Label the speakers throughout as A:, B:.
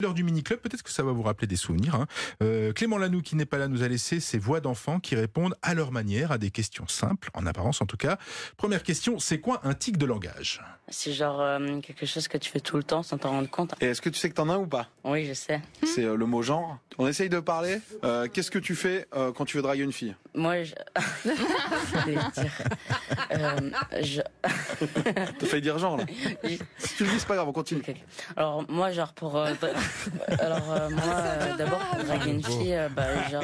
A: L'heure du mini-club, peut-être que ça va vous rappeler des souvenirs. hein. Euh, Clément Lanoux, qui n'est pas là, nous a laissé ses voix d'enfants qui répondent à leur manière à des questions simples, en apparence en tout cas. Première question, c'est quoi un tic de langage
B: C'est genre euh, quelque chose que tu fais tout le temps sans t'en rendre compte.
C: Et est-ce que tu sais que t'en as un ou pas
B: Oui, je sais.
C: C'est euh, le mot genre. On essaye de parler. Euh, Qu'est-ce que tu fais euh, quand tu veux draguer une fille
B: Moi, je. Je voulais dire. Euh, je-
C: T'as failli dire genre là. si tu le dis, c'est pas grave, on continue.
B: Ok. Alors, moi, genre, pour. euh, dra- Alors, euh, moi, euh, d'abord, pour draguer une fille, euh, bah,
D: Ah,
B: genre.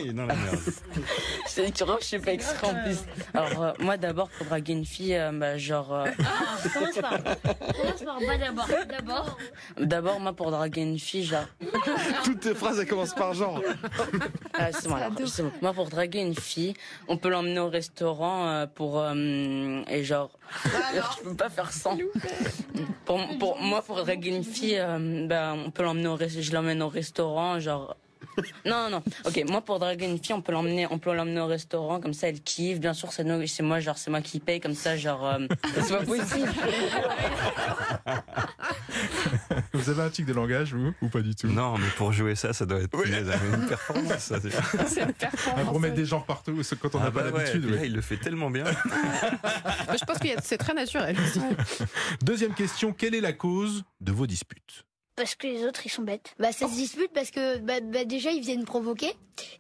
B: C'est- Tu crois que je suis pas extra en plus. Alors, euh, moi, d'abord, pour draguer une fille, euh, bah, genre. euh,
E: Commence par, commence par bas d'abord. D'abord,
B: D'abord, moi, pour draguer une fille, genre.
C: Toutes tes phrases, elles commencent par genre.
B: Ah, c'est bon, alors, c'est bon. Moi, pour draguer une fille, on peut l'emmener au restaurant euh, pour euh, et genre, je peux pas faire sans. Pour, pour moi, pour draguer une fille, euh, bah, on peut l'emmener au restaurant. Je l'emmène au restaurant, genre. Non, non, non. Ok, moi pour draguer une fille, on peut l'emmener, on peut l'emmener au restaurant, comme ça elle kiffe. Bien sûr, c'est nous- c'est moi, genre c'est moi qui paye, comme ça, genre euh, c'est pas possible.
A: Vous avez un tic de langage, vous Ou pas du tout
D: Non, mais pour jouer ça, ça doit être punaise, une performance. Ça, c'est-
A: Ah, Pour mettre des genres partout c'est quand on n'a
D: Ah
A: pas
D: bah ouais,
A: l'habitude.
D: puis
A: ouais.
D: Là, il le fait tellement bien.
F: Mais je pense que c'est très naturel.
A: Deuxième question, quelle est la cause de vos disputes
E: parce que les autres, ils sont bêtes.
G: Bah ça se dispute parce que bah, bah, déjà ils viennent provoquer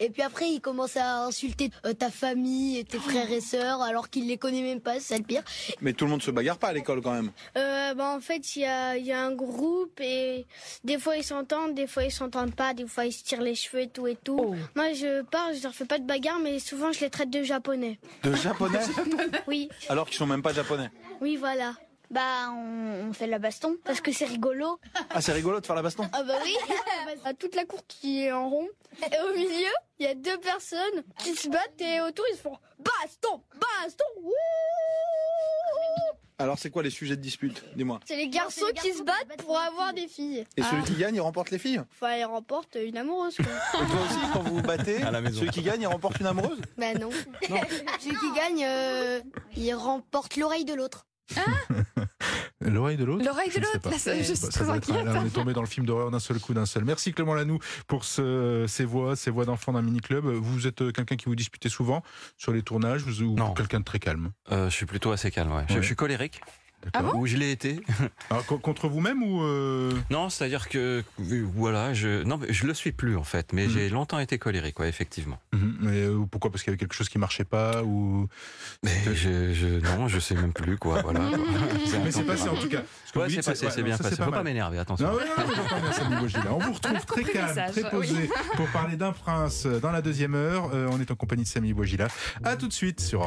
G: et puis après ils commencent à insulter euh, ta famille et tes frères et sœurs alors qu'ils les connaissent même pas, c'est ça le pire.
C: Mais tout le monde se bagarre pas à l'école quand même.
H: Euh, bah, en fait, il y a, il y a un groupe et des fois ils s'entendent, des fois ils s'entendent pas, des fois ils se tirent les cheveux et tout et tout.
G: Oh.
H: Moi, je parle, je leur fais pas de bagarre, mais souvent je les traite de japonais.
C: De japonais
G: Hein
H: Oui,
C: Alors qu'ils sont même pas japonais.
H: oui, voilà.
E: Bah, on, on fait la baston parce que c'est rigolo.
C: Ah, c'est rigolo de faire la baston.
E: Ah bah oui.
H: À toute la cour qui est en rond et au milieu, il y a deux personnes qui se battent et autour ils se font baston, baston. ouh
C: Alors, c'est quoi les sujets de dispute Dis-moi.
H: C'est les garçons
E: les garçons
H: qui se
E: qui se
H: battent
E: battent
H: pour
E: pour les
H: avoir
E: filles.
H: des filles.
C: Et celui qui gagne, il remporte les filles.
H: Enfin, ils remportent une amoureuse. Quoi.
C: Et toi aussi, quand vous vous battez,
D: À la maison.
C: celui qui gagne, il remporte une amoureuse
G: Bah non. Celui qui gagne, euh, il remporte l'oreille de l'autre.
A: L'oreille de l'autre
F: L'oreille
A: Je
F: de
A: ne sais
F: l'autre,
A: pas.
F: là, c'est- je suis
A: Bah, ça
F: très
A: doit être-
F: inquiète.
A: là, on est tombé dans le film d'horreur d'un seul coup, d'un seul. Merci Clément Lanoux pour ce- ces voix, ces voix d'enfants d'un mini-club. Vous êtes euh, quelqu'un qui vous disputez souvent sur les tournages vous- ou
D: Non.
A: quelqu'un de très calme
D: Euh, je suis plutôt assez calme, ouais. Je,
A: Ouais.
D: je suis colérique.
F: Ah
A: D'accord.
D: Ou je l'ai été.
A: Alors, co- contre vous-même ou... euh,
D: Non, c'est-à-dire que, euh, voilà, je, non, mais je le suis plus, en fait, mais
A: Mhm.
D: j'ai longtemps été colérique, ouais, effectivement.
A: mhm, mais, euh, pourquoi Parce qu'il y avait quelque chose qui marchait pas ou...
D: Mais je, je, non, je sais même plus, quoi, voilà. C'est un
A: Mais c'est passé en
D: tempérament.
A: tout cas. Ce que
D: Ouais,
A: vous
D: c'est
A: dites,
D: passé,
A: ouais,
D: c'est
A: non,
D: bien
A: ça,
D: passé.
A: pas
D: Faut pas
A: mal.
D: m'énerver, attention.
A: Non, non, non, j'entends bien Samy Bogila. On vous retrouve très
F: compris le
A: calme,
F: message,
A: très Euh, posé pour parler d'un prince dans la deuxième heure. Euh, on est en compagnie de Samy Bogila. À tout de suite sur